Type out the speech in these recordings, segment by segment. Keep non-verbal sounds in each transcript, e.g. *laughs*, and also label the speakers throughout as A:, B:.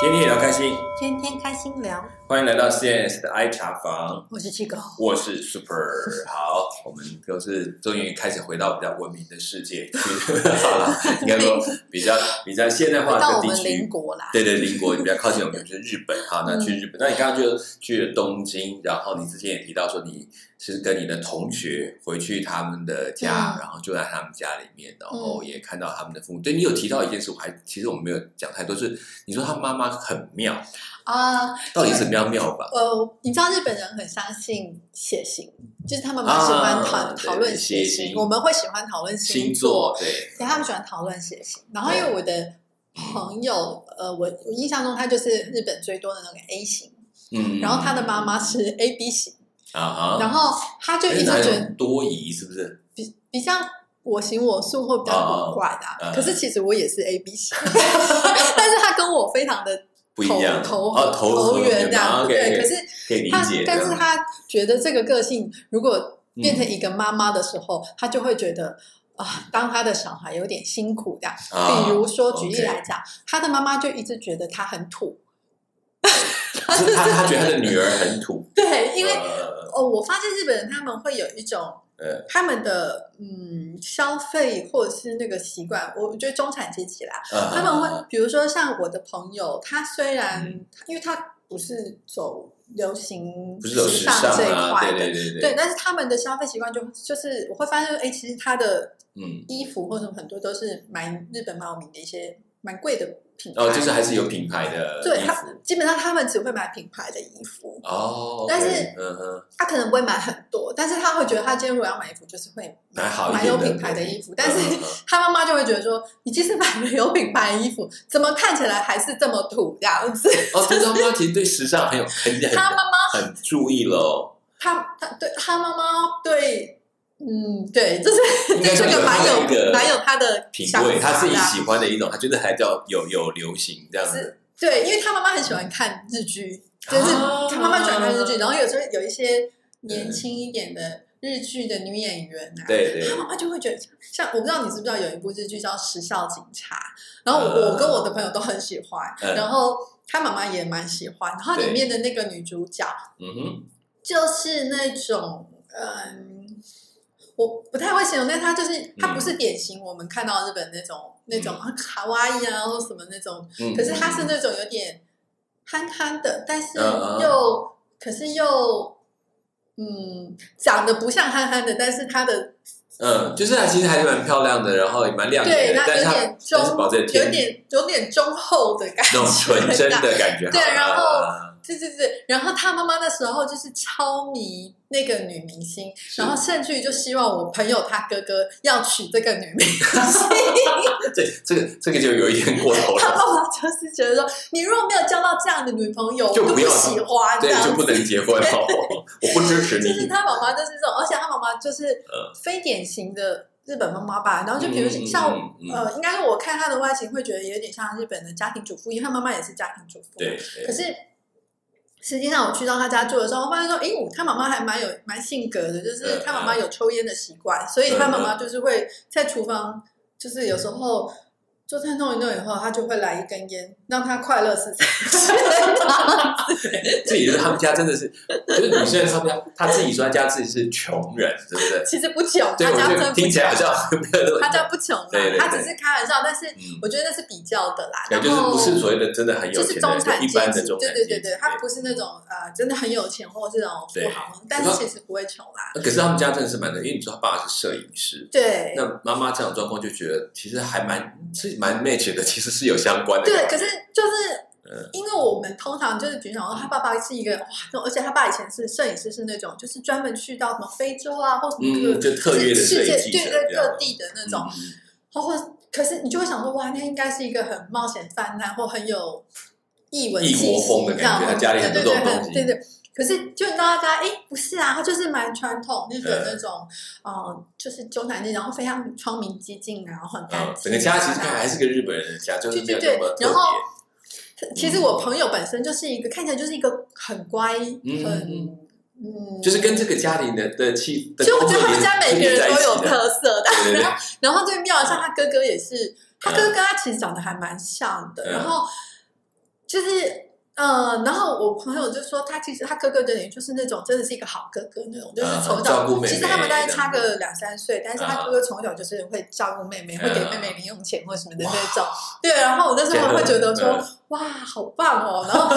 A: 天天也聊开心，
B: 天天开心聊，
A: 欢迎来到 CNS 的 I 茶房，
B: 我是七狗。
A: 我是 Super。好，我们都是终于开始回到比较文明的世界， *laughs* 好了，应该说比较比较现代
B: 回
A: 化
B: 到
A: 的
B: 我
A: 地
B: 们邻
A: 区。
B: 国啦，
A: 对对，邻国你比较靠近我们就是日本哈。那去日
B: 嗯
A: 本，那你刚刚就去了东京，然后你之前也提到说你是跟你的同学回去他们的家，
B: 嗯
A: 然后就在他们家里面，然后也看到他们的父母。对你有提到一件事，我还其实我们没有讲太多，就是你说他妈妈很妙，
B: 啊、
A: 到底什么样妙法？
B: 呃，你知道日本人很相信血型，就是他们蛮喜欢讨、
A: 啊
B: 讨论
A: 对血
B: 血型，
A: 型
B: 我们会喜欢讨论
A: 星
B: 座，
A: 座对，
B: 对，他们喜欢讨论血型。然后因为我的朋友，呃，我我印象中他就是日本最多的那个 A 型，
A: 嗯，
B: 然后他的妈妈是 AB 型，
A: 啊哈，
B: 然后他就一直
A: 哪有
B: 觉得
A: 多疑是不是？
B: 比比较我行我素或比较古怪的啊、
A: 哦嗯
B: 可是其实我也是 A B 型， *laughs* 但是他跟我非常的
A: 不一样，
B: 投
A: 哦，
B: 投
A: 投
B: 投
A: 合
B: 缘这样
A: 嘛
B: 子，
A: 啊，OK，
B: 啊对。可是
A: 可以理
B: 他
A: 解，，
B: 但
A: 这
B: 是
A: 样嗯
B: 他觉得这个个性如果变成一个妈妈的时候，他就会觉得。啊，当他的小孩有点辛苦这样，
A: 啊
B: 比如说举例
A: OK
B: 来讲，他的妈妈就一直觉得他
A: *laughs*
B: 很土，
A: 是他他觉得他的女儿很土，
B: 对，因为
A: 呃
B: 哦，我发现日本人他们会有一种
A: 呃
B: 他们的嗯消费或者是那个习惯，我觉得中产阶级啦，
A: 呃
B: 他们会比如说像我的朋友，他虽然、
A: 嗯
B: 因为他不是走流行
A: 不是有时
B: 尚
A: 尚
B: 这一
A: 啊，
B: 块
A: 对对
B: 的。
A: 对
B: 对，，但是他们的消费习惯就就是我会发现，哎，其实他的
A: 嗯，
B: 衣服或者什么很多都是蛮日本蛮有名的一些蛮贵的品牌，
A: 哦，就是还是有品牌的
B: 对
A: 衣
B: 他
A: 服，
B: 基本上他们只会买品牌的衣服，
A: 哦，
B: 但是
A: OK，嗯哼，
B: 他可能不会买很多，但是他会觉得他今天如果要买衣服，就是会
A: 买好一
B: 买
A: 点
B: 有
A: 的
B: 品牌的衣服，但是
A: 嗯嗯嗯
B: 他妈妈就会觉得说，你即使买了有品牌的衣服，怎么看起来还是这么土这样
A: *laughs*
B: 子？
A: 哦，这张妈其实对时尚很有很
B: 他
A: 很
B: 妈妈，
A: 很注意喽，
B: 他他对他妈妈对，嗯，对，就是
A: 应该
B: *laughs* 这
A: 说
B: 个蛮
A: 有一
B: 有
A: 个
B: 蛮有他的
A: 品
B: 想
A: 味，
B: 法
A: 他自己
B: 的啊
A: 喜欢的一种，他觉得还叫有有流行这样子。
B: 对，因为他妈妈很喜欢看日剧，就是
A: 啊
B: 他妈妈喜欢看日剧，然后有时候有一些年轻一点的日剧的女演员啊，
A: 对对
B: *laughs* 他妈妈就会觉得像，像我不知道你知不知道有一部日剧叫《时效警察》，然后我、
A: 嗯
B: 我跟我的朋友都很喜欢，
A: 嗯
B: 然后他妈妈也蛮喜欢，然后里面的那个女主角
A: 嗯哼，
B: 就是那种嗯。我不太会形容，但她就是她不
A: 嗯
B: 是典型我们看到日本那种、那种啊卡哇伊啊或什么那种
A: 嗯
B: 可是它是那种有点憨憨的，但是
A: 嗯嗯
B: 又、可是又嗯，长得不像憨憨的，但是它的
A: 嗯，就是它其实还是蛮漂亮的，然后也蛮亮眼
B: 对，
A: 的，
B: 它
A: 但
B: 有
A: 是它
B: 点
A: 但是
B: 中，
A: 保证
B: 有
A: 天
B: 点有点忠厚的感觉，
A: 那种纯
B: *laughs*
A: 真
B: 这样。
A: 的感觉。
B: 对
A: 好啊吧
B: 然后对对对，然后他妈妈那时候就是超迷那个女明星，然后甚至于就希望我朋友他哥哥要娶这个女明
A: *laughs*
B: 星，
A: 对这个这个就有一点过头
B: 他
A: 了，
B: *laughs* 爸爸就是觉得说，你如果没有交到这样的女朋友，我
A: 就
B: 就
A: 不要
B: 喜欢这
A: 对
B: 样子，
A: 就不能结婚哦，我不支持
B: 就是
A: 你。呃
B: 他妈妈就是这种，而且他妈妈就是非典型的日本妈妈吧。然后就比如
A: 嗯
B: 像、
A: 嗯嗯嗯
B: 呃，应该是我看她的外形会觉得有点像日本的家庭主妇，因为她妈妈也是家庭主妇。。
A: 对，
B: 可
A: 对
B: 是实际上我去到她家住的时候，我发现说，诶，我她妈妈还蛮有蛮性格的，就是
A: 嗯
B: 她妈妈有抽烟的习惯，所以她妈妈就是会在厨房，就是有时候。做菜弄一弄以后，她就会来一根烟，让她快乐是
A: *laughs* 这也就是他们家真的是，就是女生他们家，她自己说她家自己是穷人，对不对？
B: 其实不久，
A: 对，
B: 她
A: 我
B: 家
A: 觉
B: 真的
A: 得
B: 不
A: 听起来好
B: 久
A: 像没有那么
B: *laughs* 他家不穷啦，
A: 对对对
B: 他只是开玩笑，但是
A: 嗯，
B: 我觉得那是比较的啦。
A: 对，
B: 然
A: 就是
B: 后
A: 不是所谓的真的很有
B: 就是
A: 钱
B: 中
A: 的，
B: 产
A: 就
B: 阶
A: 一般的
B: 级，
A: 中
B: 对
A: 产
B: 对
A: 阶
B: 对
A: 级
B: 对，他不是那种呃真的很有钱或是那种富豪，但是其实不会穷啦。
A: 可是他们家真的是蛮的，因为你说他爸是摄影师，
B: 对
A: 那妈妈这种状况就觉得其实还蛮是蛮 match 的，其实是有相关的。
B: 对，可是就是。
A: 嗯
B: 因为我们通常就是，比如想说他爸爸是一个哇，那种而且他爸以前是摄影师，是那种就是专门去到什么非洲啊，或什么各
A: 嗯，就特约的
B: 世
A: 设
B: 界
A: 计者
B: 对
A: 这样嗯
B: 对各地的那种，然后可是你就会想说，哇，那应该是一个很冒险泛滥或很有异文
A: 异国
B: 气
A: 风
B: 息
A: 的
B: 这
A: 感
B: 样
A: 觉他家里很多这
B: 对对
A: 种
B: 对
A: 东西
B: 对对。可是就你知道他家，哎，不是啊，他就是蛮传统日本那种，呃，就是中产阶级，然后非常窗明几净啊，然后很干
A: 嗯
B: 净啊。，
A: 整个家其实看还是个日本人的家，就是没有那么特
B: 对对对然后
A: 别。
B: 其
A: 嗯
B: 实我朋友本身就是一个看起来就是一个很乖，很嗯，
A: 嗯就是跟这个家庭的的气，的
B: 所以我觉得他们家每个人都有啊
A: 特，
B: 特色的。
A: 对对对，
B: 然后最妙的是，他哥哥也是，他
A: 嗯
B: 哥哥跟他其实长得还蛮像的，
A: 嗯
B: 然后。就是呃，然后我朋友就说，他其实他哥哥等于就是那种真的是一个好哥哥那种，就是
A: 嗯
B: 从
A: 照
B: 小
A: 顾妹妹
B: 其实他们大概差个两三岁，但是他
A: 嗯
B: 哥哥从小就是会照顾妹妹，会给妹妹零用钱或什么的
A: 哇
B: 那种。对，然后我那时候会觉得
A: 这个
B: 说，哇，好棒哦！然后 *laughs*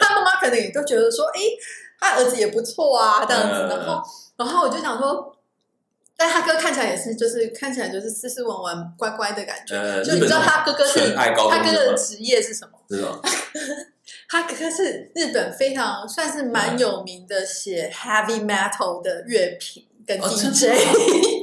B: 他妈妈可能也都觉得说，诶，他儿子也不错啊，这样子。
A: 嗯
B: 然后，然后我就想说。但他哥看起来也是，就是看起来就是斯斯文文、乖乖的感觉。
A: 呃，
B: 就你知道他哥哥是
A: 纯爱高
B: 他
A: 中
B: 哥
A: 生
B: 哥的
A: 吗
B: 职业是什么？
A: 这种
B: 他哥哥是日本非常算是蛮有名的写 heavy metal 的乐评跟
A: 嗯哦
B: DJ，、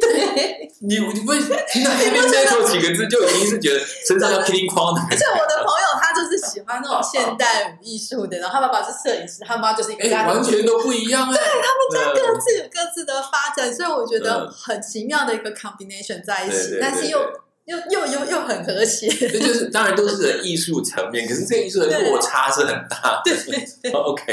B: 对。 *laughs*
A: 你你不会听到 heavy metal 几个字就已经是觉得身上要叮叮哐的。
B: 而且我的朋友他就是喜欢那种现代舞艺术的，然后他爸爸是摄影师，他妈就是一个家
A: 哎，
B: 庭
A: 完
B: 主妇
A: 全都不一样哎！对他们
B: 各自有各自的发展，所以我觉得
A: 嗯
B: 很奇妙的一个 combination 在一
A: 对
B: 起，
A: 对
B: 但是
A: 对
B: 又又又又又很和谐。
A: 这就是当然都是艺术层面，可是这个艺术的落差是很大的。
B: 啊对对对
A: *laughs* OK，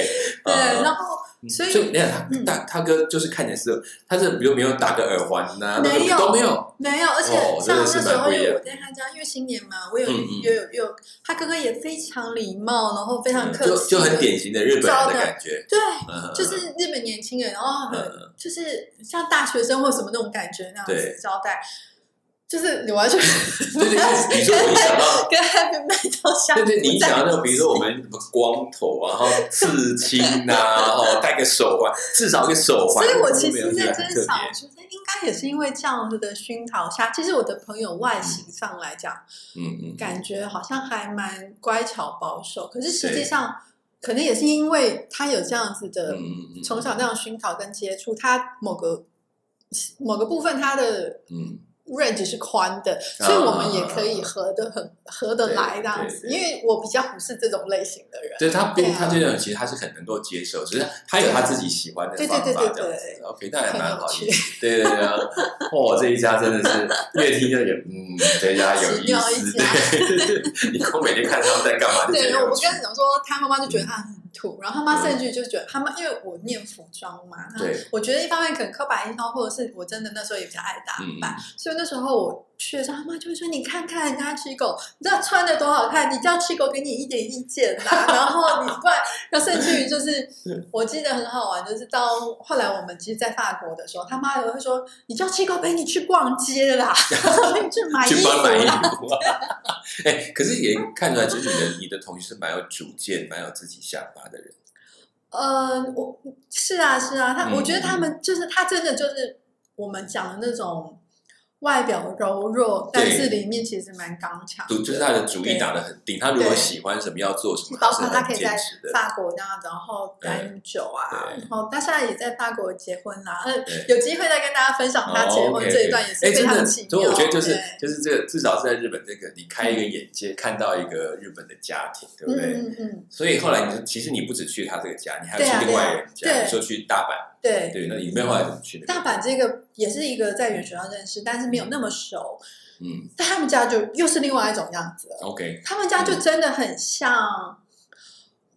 B: 对，
A: 啊
B: 然后所以
A: 所以你看他
B: 嗯
A: 大他哥就是看起来是，他是比如没有打个耳环呐，那个
B: 没有
A: 都没有，
B: 没有，而且
A: 哦真
B: 像
A: 的
B: 那
A: 是
B: 时
A: 蛮
B: 候
A: 不一
B: 因为
A: 样
B: 我在他家，因为新年嘛，我有
A: 嗯嗯嗯
B: 有有有，他哥哥也非常礼貌，然后非常客
A: 就
B: 气，
A: 就很典型的日本人的感觉，
B: 对，
A: 嗯，
B: 就是日本年轻人，然后很
A: 嗯
B: 就是像大学生或什么那种感觉那样
A: 对
B: 子招待，就是你完全
A: *laughs* *laughs* 对对
B: *laughs*
A: 对，你说我一想到。
B: 跟 Happy Metal 相
A: 对
B: 比
A: 对，你想要那种，比如说我们什么光头啊，然后刺青呐、啊，然后戴个手环，至少一个手环。
B: 所以我其
A: 没
B: 实
A: 有觉
B: 认
A: 得
B: 真
A: 很特别
B: 想，我觉得应该也是因为这样子的熏陶下，其实我的朋友外形上来讲。
A: 嗯嗯，
B: 感觉好像还蛮乖巧保守，可是实
A: 对
B: 际上可能也是因为他有这样子的
A: 嗯嗯嗯，
B: 从小那样熏陶跟接触，他某个某个部分他的
A: 嗯
B: range 是宽的，所以我们也可以合得很合得来这样子。
A: 啊对对对
B: 因为我比较不是这种类型的人，
A: 对他
B: 对
A: 并
B: 啊
A: 他这种其实他是很能够接受，只是他有他自己喜欢的
B: 对对
A: 方法
B: 对对对
A: 这样子
B: 对。
A: OK，那还
B: 很
A: 蛮
B: 有
A: 好
B: 趣
A: 意，思。对对对啊，哇，这一家真的
B: *laughs*
A: 是越听就有，嗯，这家有意思。
B: 奇妙
A: 对，对 *laughs* 你光每天看他们在干嘛就觉
B: 对，
A: 得
B: 我
A: 有
B: 跟
A: 趣。
B: 你讲说，他妈妈就觉
A: 嗯
B: 得他很土，然后他妈甚至就觉得他妈，因为我念服装嘛，她
A: 对，
B: 我觉得一方面可能刻板印象，或者是我真的那时候也比较爱打
A: 嗯，
B: 扮，所以那时候我去的时候，他妈就会说：“你看看人家 Chico，你知道穿的多好看，你叫 Chico 给你一点意见啦。”然后你不然，然后甚至于就是，
A: 嗯
B: 我记得很好玩，就是到后来我们其实，在法国的时候，他妈也会说：“你叫 Chico 陪你去逛
A: *laughs*
B: 街啦，陪你去买衣
A: 去帮买
B: 服
A: 衣
B: 啦。
A: 服、啊。哎、可是也看出来，其实你的你的同学是蛮有主见、蛮有自己想法的人。”
B: 呃，我是啊是啊，他、
A: 嗯
B: 我觉得他们就是他真的就是我们讲的那种。外表柔弱，但
A: 对
B: 是里面其实蛮刚强的，
A: 主就是他的主意
B: 对
A: 打得很定，他如果喜欢什么要做什么，
B: 包
A: 是
B: 括他
A: 很
B: 可以
A: 坚
B: 在
A: 持的。
B: 法国那样，然后待很久啊，
A: 对
B: 然后他现在也在法国结婚啦，呃
A: 对，
B: 有机会再跟大家分享他结
A: 哦
B: 婚
A: ，OK，
B: 这一段也是
A: 哎，
B: 非
A: 真的，
B: 常奇
A: 所以
B: 妙。
A: 我觉得就是
B: 对
A: 就是这个，至少是在日本这个，你开一个眼界，看到一个日本的家庭，对不
B: 嗯
A: 对？
B: 嗯嗯，
A: 所以后来你就其实你不止去他这个家，你还
B: 对啊
A: 去另外一个人
B: 对啊
A: 家，
B: 对
A: 你说去大阪，
B: 对。
A: 对，那你们后来怎么去的？
B: 大阪这个也是一个在原学校认识，但是没有那么熟。
A: 嗯
B: 但他们家就又是另外一种样子了。
A: ，OK，
B: 他们家
A: 嗯
B: 就真的很像，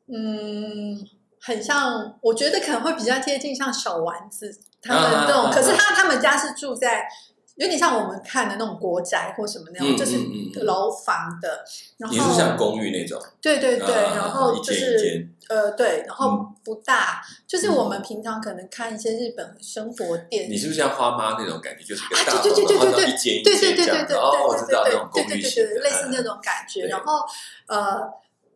B: 嗯，很像，我觉得可能会比较贴近像小丸子他们那种。
A: 啊啊啊
B: 可是他他们家是住在有点像我们看的那种国宅或什么那种，
A: 嗯
B: 就是
A: 嗯嗯，
B: 楼房的。然后
A: 你是像公寓那种，
B: 对对对，
A: 啊
B: 然后
A: 一
B: 就
A: 间
B: 是
A: 一间，
B: 呃对，然后
A: 嗯
B: 不大，就是我们平常可能看一些日本生活店。
A: 你是不是像花妈那种感觉，就是一个
B: 啊
A: 大
B: 对对对
A: 楼然后
B: 对对
A: 一间一
B: 对对
A: 间
B: 对
A: 这
B: 对对对
A: 样子，
B: 对
A: 哦，我知道那种
B: 对
A: 公
B: 对
A: 寓
B: 对
A: 型
B: 对
A: 的，
B: 对，类似那
A: 嗯
B: 种感觉。
A: 对
B: 然后呃，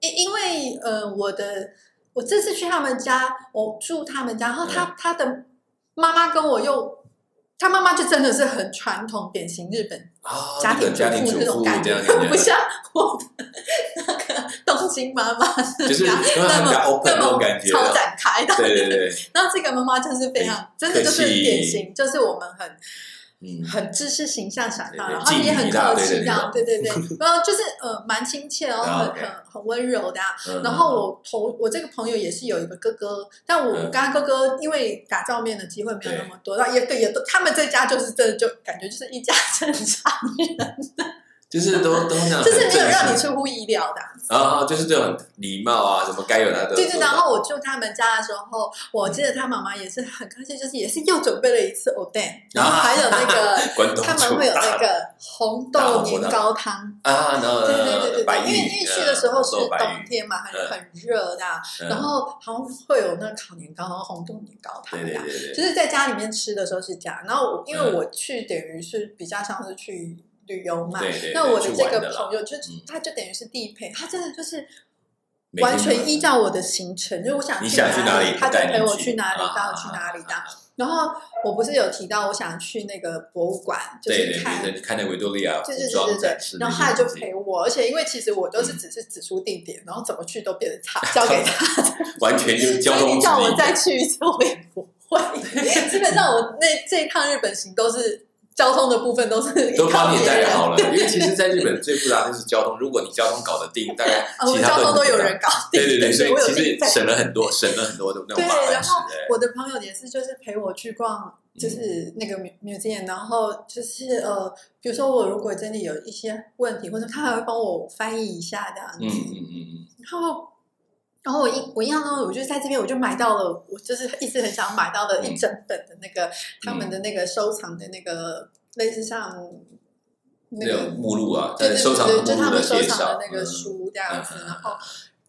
B: 因因为呃，我的我这次去他们家，我住他们家，然后他、
A: 嗯
B: 他的妈妈跟我又。他妈妈就真的是很传统、典型日本
A: 啊，
B: 家
A: 那
B: 庭
A: 种家庭
B: 妇
A: 主
B: 那种
A: 妇
B: 感
A: 这
B: 觉
A: 样，感
B: *laughs* 不
A: 觉，
B: 像我的那个东京妈妈那
A: 就是
B: 样
A: 因为他们
B: 那
A: 比较
B: 么
A: open 那
B: 那
A: 种
B: 么
A: 感觉啊，
B: 超展开的。
A: 对对哎对，
B: *laughs* 那这个妈妈就是非常，真的就是
A: 客气
B: 典型，就是我们很
A: 嗯，
B: 很知识形象想
A: 对
B: 到，
A: 对
B: 然后也很客气
A: 敬
B: 这
A: 礼啦
B: 样，对对对，
A: *laughs*
B: 然后就是呃蛮亲切哦，
A: 啊
B: 很
A: ，OK
B: 很很温柔的啊。
A: 嗯
B: *laughs* 然后我同我这个朋友也是有一个哥哥，但我
A: 嗯
B: 跟他哥哥因为打照面的机会没有
A: 对
B: 那 *laughs* 么多，然后也对也都他们这家就是真的就感觉就是一家正常人，
A: 就是都都那样很
B: 就
A: 嗯正式，
B: 是没有让你出乎意料的啊、
A: 啊，就是这种礼貌啊，什么该有的都有
B: 对对，然后我住他们家的时候，我记
A: 嗯
B: 得他妈妈也是很高兴，就是也是又准备了一次 o d a n 然
A: 啊
B: 后还有那
A: *laughs*
B: 个
A: 关东
B: 他
A: 煮
B: 们会有
A: 大 *laughs*
B: 那个红豆年糕汤。
A: 啊，然后
B: 对对对对
A: 白呃
B: 对，因为因为去的时候是冬天嘛，很
A: 嗯
B: 很热的啊，然后好像会有那烤年糕、红豆年糕汤
A: 对嗯对
B: 的啊。
A: 对
B: 就
A: 对，
B: 是在家里面吃的时候是这样，然后我因为我去等于是比较像是去旅游嘛，
A: 对对
B: 那我
A: 去
B: 这
A: 玩的
B: 个
A: 啦
B: 朋友就
A: 嗯
B: 他就等于是地陪，他真的就是完全依照我的行程，就是我想
A: 你
B: 去
A: 想去哪里
B: 他就
A: 带你
B: 陪我
A: 去
B: 去哪里，
A: 啊
B: 带我去哪里的。然后我不是有提到我想去那个博物馆，就
A: 对
B: 是
A: 对
B: 看，
A: 对，看那维多利亚
B: 对对
A: 服
B: 对
A: 装
B: 对对
A: 展示，，
B: 然后他就陪我，而且因为其实我都
A: 嗯
B: 是只是指出地点，然后怎么去都变成他
A: *laughs*
B: 交给他，
A: 完全就是交
B: 所以
A: 通
B: 你
A: 指
B: 叫我
A: 引，
B: 再去一次我也不会。 *laughs* 基本上我那这一趟日本行都是交通的部分都是
A: 都
B: 靠
A: 帮你
B: 别
A: 带
B: 人，
A: 好了。因为其实，在日
B: *laughs*
A: 本最复杂的就是交通，如果你交通搞得定，大概
B: 啊，我
A: 其
B: 们
A: 他
B: 交通都有
A: 很复杂
B: 人。搞定，
A: 对对对，所以
B: 我有
A: 其
B: 自己
A: 实
B: 带
A: 省了很多，省了很多的那种
B: 对
A: 麻，烦
B: 然
A: 事。
B: 后
A: 对
B: 我的朋友也是，就是陪我去逛，
A: 嗯
B: 就是那个 mu- museum，、然后就是呃，比如说我如果真的有一些问题，或者他还会帮我翻译一下这样子，
A: 嗯嗯嗯
B: 然后。然后我印我印象中，我就在这边我就买到了，我就是一直很想买到的一整本的那个、他们的那个收藏的那个类似像
A: 嗯，那
B: 那个
A: 种目录啊，
B: 对
A: 在
B: 对
A: 收藏目
B: 对，就他
A: 录的
B: 们收
A: 介
B: 藏
A: 绍
B: 的，那个
A: 嗯
B: 书这样子，
A: 嗯嗯嗯
B: 然后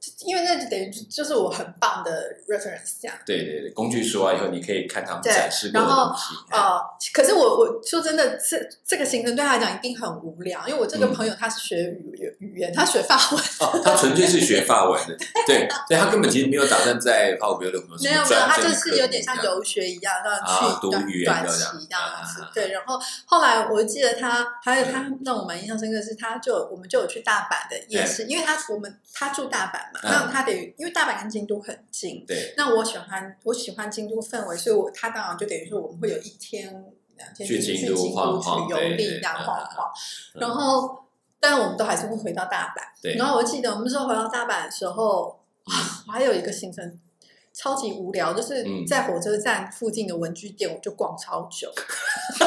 B: 就因为那就等于就就是我很棒的 reference 这样。
A: 对对对，工具书啊，以后你可以看他们
B: 对
A: 展示过的
B: 然后
A: 东西。
B: 呃，可是我我说真的，这这个行程对他来讲一定很无聊，因为我这个
A: 嗯
B: 朋友他是学语语言，他学法文，
A: 哦，他纯粹是学法文的，对，对他根本其实没有打算在法国留的什么
B: 没有没有，
A: 专
B: 他
A: 专
B: 就
A: 科
B: 是有点像
A: 这样
B: 游学一样，让
A: 啊
B: 去
A: 读
B: 短
A: 语言
B: 短
A: 这
B: 期
A: 样
B: 这样
A: 啊啊啊。
B: 子
A: 嗯
B: 对，然后后来我记得他，还有他让我蛮印象深刻的是，他就我们就有去大阪的夜市，因为他我们他住大阪嘛，
A: 哎嗯
B: 那他等于因为大阪跟京都很近，
A: 对
B: 那我喜欢我喜欢京都氛围，所以我他当然就等于说我们会有一天两天
A: 去
B: 京
A: 京
B: 去
A: 都晃晃
B: 去游
A: 对
B: 历
A: 对
B: 这样
A: 嗯
B: 晃
A: 嗯
B: 晃，
A: 嗯
B: 然后但我们都还是会回到大阪。
A: 对，
B: 然后我记得我们那时候回到大阪的时候，啊
A: 嗯
B: 我还有一个行程。超级无聊，就是
A: 嗯
B: 在火车站附近的文具店，我就逛超久。 *laughs*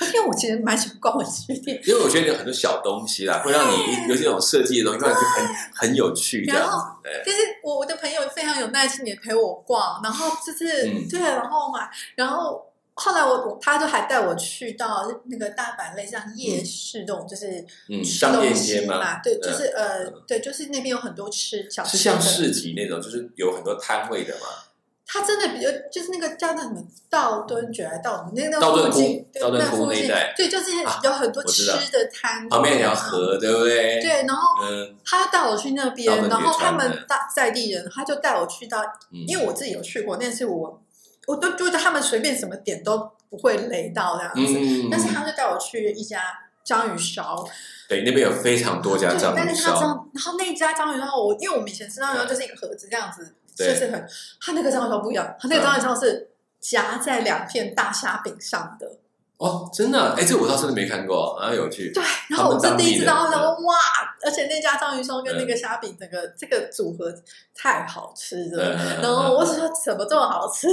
B: 因为我其实蛮喜欢逛文具店，
A: 因为我觉得有很多小东西啦，会让你有这种设计的东西，让你觉得很很有趣这样
B: 然
A: 子。对，
B: 就是我我的朋友非常有耐心也陪我逛，然后就是、
A: 嗯
B: 对，然后嘛，然后后来我我他就还带我去到那个大阪类似像夜市那种，就是
A: 嗯，
B: 吃
A: 商店
B: 东西
A: 街嘛，
B: 嘛，对，就是、呃，对，就是那边有很多吃小
A: 是
B: 吃
A: 像
B: 的。
A: 市集那种，就是有很多摊位的嘛。
B: 他真的比较就是那个叫那什么道敦爵还是道敦那那
A: 道顿
B: 附
A: 窟
B: 近，对
A: 道顿
B: 那
A: 窟
B: 附
A: 那一
B: 近
A: 带，
B: 对，就是
A: 啊
B: 有很多
A: 我知
B: 吃
A: 道
B: 的摊，啊
A: 旁边有条，河，对不对？
B: 对，，然后
A: 嗯
B: 他带我去那
A: 道
B: 边，
A: 顿
B: 然后
A: 崛
B: 他
A: 川
B: 们
A: 的
B: 大在地人，他就带我去到
A: 嗯，
B: 因为我自己有去过，但是我我都觉得他们随便什么点都不会雷到这样子。
A: 嗯，
B: 但是他就带我去一家章鱼烧，
A: 对那边有非常多家
B: 对，
A: 章
B: 但
A: 鱼
B: 是他
A: 烧，
B: 章，然后那家章鱼烧，我因为我们以前吃章鱼烧就是一个盒子这样子，就
A: 对嗯
B: 是很，他那个章鱼烧不一样，他那个章鱼烧是夹在两片大虾饼上的，
A: 哦，真的，哎，这我倒真的没看过，啊，有趣。
B: 对，然后我
A: 他
B: 是
A: 们当地嗯
B: 第一次知道，
A: 人
B: 然后哇，而且那家章鱼烧跟那个虾饼，整个这个组合太好吃了。
A: 嗯
B: 然后我只说怎么这么
A: *laughs*
B: 好吃，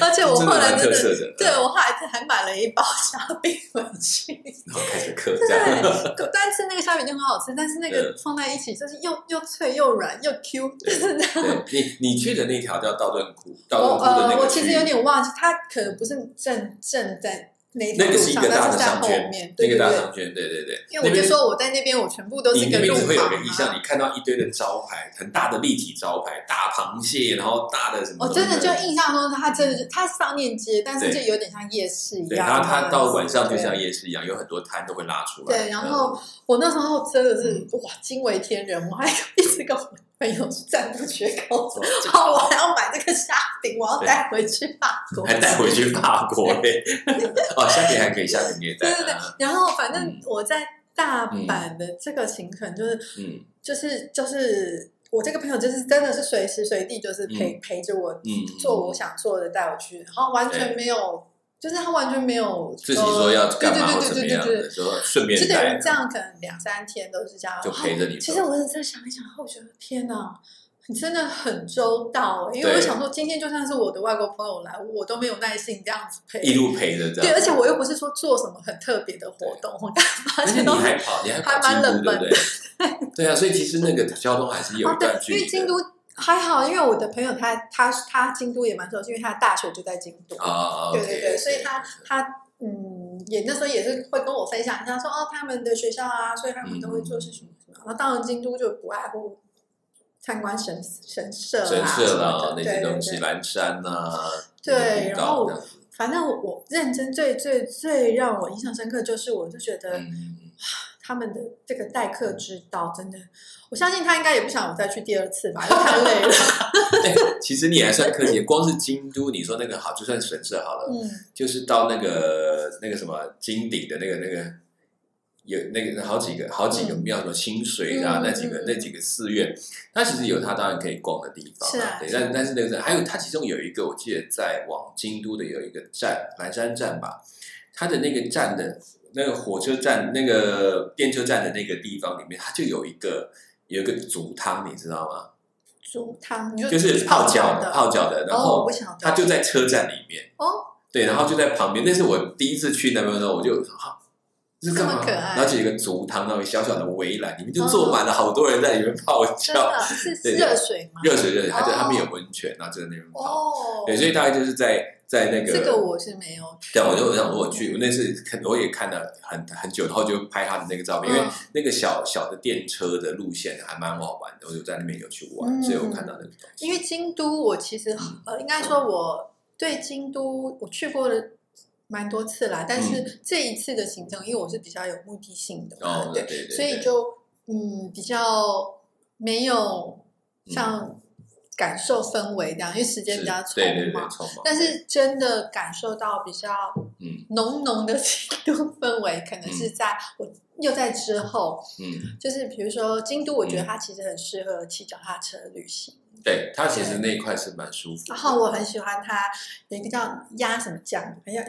B: 而且我
A: 真
B: 后
A: 的
B: 来
A: 蛮
B: 真
A: 特
B: 的
A: 色的，
B: 对，我后来还买了一包虾饼回去，
A: 然后开始刻这样。 *laughs*
B: 对，但是那个虾饼就很好吃，但是那个放在一起就是又又脆又软又 Q，就是那样。
A: 对你，你去的那条叫道顿窟，道顿
B: 我
A: 窟的那
B: 呃，
A: 个
B: 我其
A: 区
B: 实
A: 域
B: 有点忘记，它可能不是正正在那一条
A: 那
B: 路
A: 个是一
B: 上，
A: 个大
B: 但
A: 的
B: 是在
A: 商
B: 后
A: 圈
B: 面，对
A: 那
B: 对
A: 个大
B: 对。
A: 商圈，对对对。
B: 因
A: 那
B: 为我就
A: 边
B: 说我在那边，我全部都
A: 你
B: 是
A: 那
B: 个
A: 边
B: 路
A: 只会有
B: 旁
A: 个意象，
B: 啊。
A: 你看到一堆的招牌，很大的立体招牌，大螃蟹，然后大的什么
B: 我
A: 东西？
B: 哦真的就印象中，它真的是它是商店街，但是就
A: 对
B: 有点像夜市一
A: 对，
B: 样。啊
A: 然后它到晚上就
B: 对
A: 像夜市一样，有很多摊都会拉出来。嗯
B: 对，然后我那时候真的是哇，惊为天人！我还一直跟我朋友赞不绝口，
A: 嗯
B: 好，我还要买这个虾饼，我要带回去法国。
A: 还带回去法
B: *laughs*
A: 国嘞。 *laughs* 哦，夏天还可以，夏天可以带。
B: 对对对
A: 嗯
B: 然后反正
A: 嗯
B: 我在大阪的这个行程，就是、
A: 嗯
B: 就是就是我这个朋友，就是真的是随时随地就是陪、陪着我
A: 嗯，
B: 做我想做的，带我去，然后完全
A: 对
B: 没有，就是他完全没有
A: 自己说要
B: 呃
A: 干嘛或
B: 对
A: 怎
B: 对
A: 么
B: 对对
A: 样
B: 对对
A: 的，就顺便
B: 就等
A: 带
B: 于这样，可能两三天都是这样，
A: 就陪着你
B: 其
A: 走
B: 实我真的想一想，我觉得天哪，你真的很周到，欸因为我
A: 对
B: 想说，今天就算是我的外国朋友来，我都没有耐心这样子陪。
A: 一路陪着这
B: 对，
A: 样。
B: 而且我又不是说做什么很特别的活动，我刚发 *laughs*
A: 而且
B: 现
A: 你
B: 都是
A: 还跑，你还跑
B: 还蛮
A: 京都，
B: 冷
A: 对
B: 门
A: 不对？
B: *laughs*
A: 对啊，所以其实那个交通还是有
B: 啊
A: 一
B: 对
A: 段，距
B: 因为
A: 离
B: 京
A: 的
B: 都还好，因为我的朋友他他他京都也蛮熟悉，因为他大学就在京都。
A: 啊。
B: 对
A: OK，
B: 对对，所以他他嗯，也那时候也是会跟我分享一下说哦，他们的学校啊，所以他们都会
A: 嗯
B: 做是什么什么。然后到了京都就不外乎参观神神社啊
A: 神
B: 什
A: 社
B: 么
A: 啦
B: 的
A: 那
B: 对
A: 些
B: 对
A: 东西，
B: 对
A: 蓝山呐，
B: 对
A: 鹿
B: 然后
A: 岛
B: 我
A: 这样
B: 反正我我认真最最最让我印象深刻，就是我就觉得
A: 嗯，
B: 他们的这个待客之道真的，我相信他应该也不想我再去第
A: *laughs*
B: 二次吧，因为太累了。
A: 哎，其实你还算客气，光是京都，你说那个好，就算神社好了，
B: 嗯，
A: 就是到那个那个什么金顶的那个那个有那个好几个好几个庙，什么清水啊，
B: 嗯
A: 那几
B: 嗯
A: 个
B: 嗯
A: 那几个寺院，它其实有它当然可以逛的地方
B: 是啊
A: 对，
B: 是啊
A: 但但是那个还有它其中有一个，我记得在往京都的有一个站，南山站吧，它的那个站的那个火车站那个电车站的那个地方里面，它就有一个。有一个煮汤，你知道吗？
B: 煮汤你就
A: 就是泡脚的，泡脚的，然
B: 哦，我
A: 后
B: 不晓得，
A: 它就在车站里面。
B: 哦，
A: 对，然后就在旁边。但是我第一次去那边的时候，我就说啊，这是干
B: 这
A: 嘛
B: 么？可爱
A: 然后就有一个竹汤，那种小小的围栏，里面就坐满了好多人在里面泡
B: 真
A: 脚，
B: 的是是
A: 对
B: 热水吗？
A: 热水热水，还对，
B: 哦
A: 他们有温泉，然后就在那边泡。
B: 哦，
A: 对，所以大概就是在在那个，
B: 这个我是没有，
A: 对，我就我想我有去，我那次看我也看了很很久，然后就拍他的那个照片，因为
B: 嗯
A: 那个小小的电车的路线还蛮好玩的，我有在那边有去玩，
B: 嗯
A: 所以我看到那个东西。
B: 因为京都我其实
A: 嗯
B: 呃，应该说我对京都我去过了。蛮多次啦，但是这一次的行程，因为我是比较有目的性的嘛，
A: 嗯哦，对
B: 对，
A: 对对，
B: 所以就嗯比较没有像感受氛围这样，因为时
A: 对
B: 间比较
A: 嗯是
B: 匆
A: 对对对，
B: 忙。
A: 匆忙。
B: 但是真的感受到比较
A: 嗯
B: 浓浓的 *laughs* 京都氛围，可能是在我又在之后，
A: 嗯，
B: 就是比如说京都，我觉得它其实很适合骑脚踏车旅行。
A: 对，它其实那一块是蛮舒服的。
B: 然后我很喜欢它有一个叫鸭什么酱，还有